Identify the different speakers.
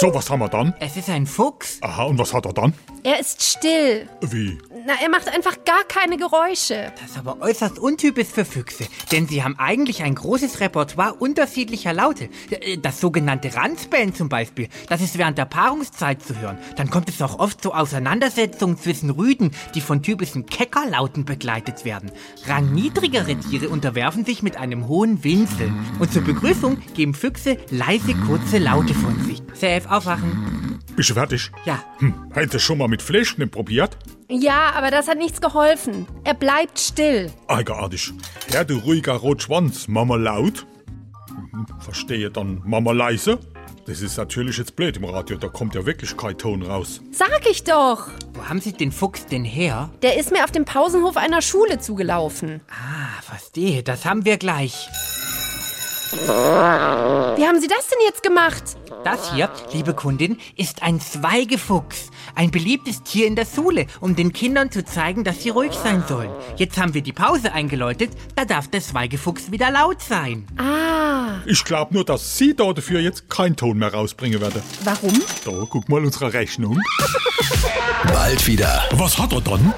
Speaker 1: So, was haben wir dann?
Speaker 2: Es ist ein Fuchs.
Speaker 1: Aha, und was hat er dann?
Speaker 3: Er ist still.
Speaker 1: Wie?
Speaker 3: Na, er macht einfach gar keine Geräusche.
Speaker 2: Das ist aber äußerst untypisch für Füchse, denn sie haben eigentlich ein großes Repertoire unterschiedlicher Laute. Äh, Das sogenannte Ranzbellen zum Beispiel, das ist während der Paarungszeit zu hören. Dann kommt es auch oft zu Auseinandersetzungen zwischen Rüden, die von typischen Keckerlauten begleitet werden. Rangniedrigere Tiere unterwerfen sich mit einem hohen Winseln. Und zur Begrüßung geben Füchse leise, kurze Laute von sich. Safe, aufwachen.
Speaker 1: Bist du fertig?
Speaker 2: Ja,
Speaker 1: Hm, hätte schon mal mit Fleischknepp probiert?
Speaker 3: Ja, aber das hat nichts geholfen. Er bleibt still.
Speaker 1: Eigenartig. Herr, du ruhiger Rotschwanz, Mama laut. Hm, Verstehe dann Mama leise. Das ist natürlich jetzt blöd im Radio, da kommt ja wirklich kein Ton raus.
Speaker 3: Sag ich doch.
Speaker 2: wo haben Sie den Fuchs denn her?
Speaker 3: Der ist mir auf dem Pausenhof einer Schule zugelaufen.
Speaker 2: Ah, verstehe, das haben wir gleich.
Speaker 3: Wie haben Sie das denn jetzt gemacht?
Speaker 2: Das hier, liebe Kundin, ist ein Zweigefuchs. Ein beliebtes Tier in der Schule, um den Kindern zu zeigen, dass sie ruhig sein sollen. Jetzt haben wir die Pause eingeläutet, da darf der Zweigefuchs wieder laut sein.
Speaker 3: Ah,
Speaker 1: Ich glaube nur, dass Sie da dafür jetzt keinen Ton mehr rausbringen werde.
Speaker 3: warum?
Speaker 1: Da, guck mal unsere Rechnung.
Speaker 4: Bald wieder.
Speaker 1: Was hat er dann?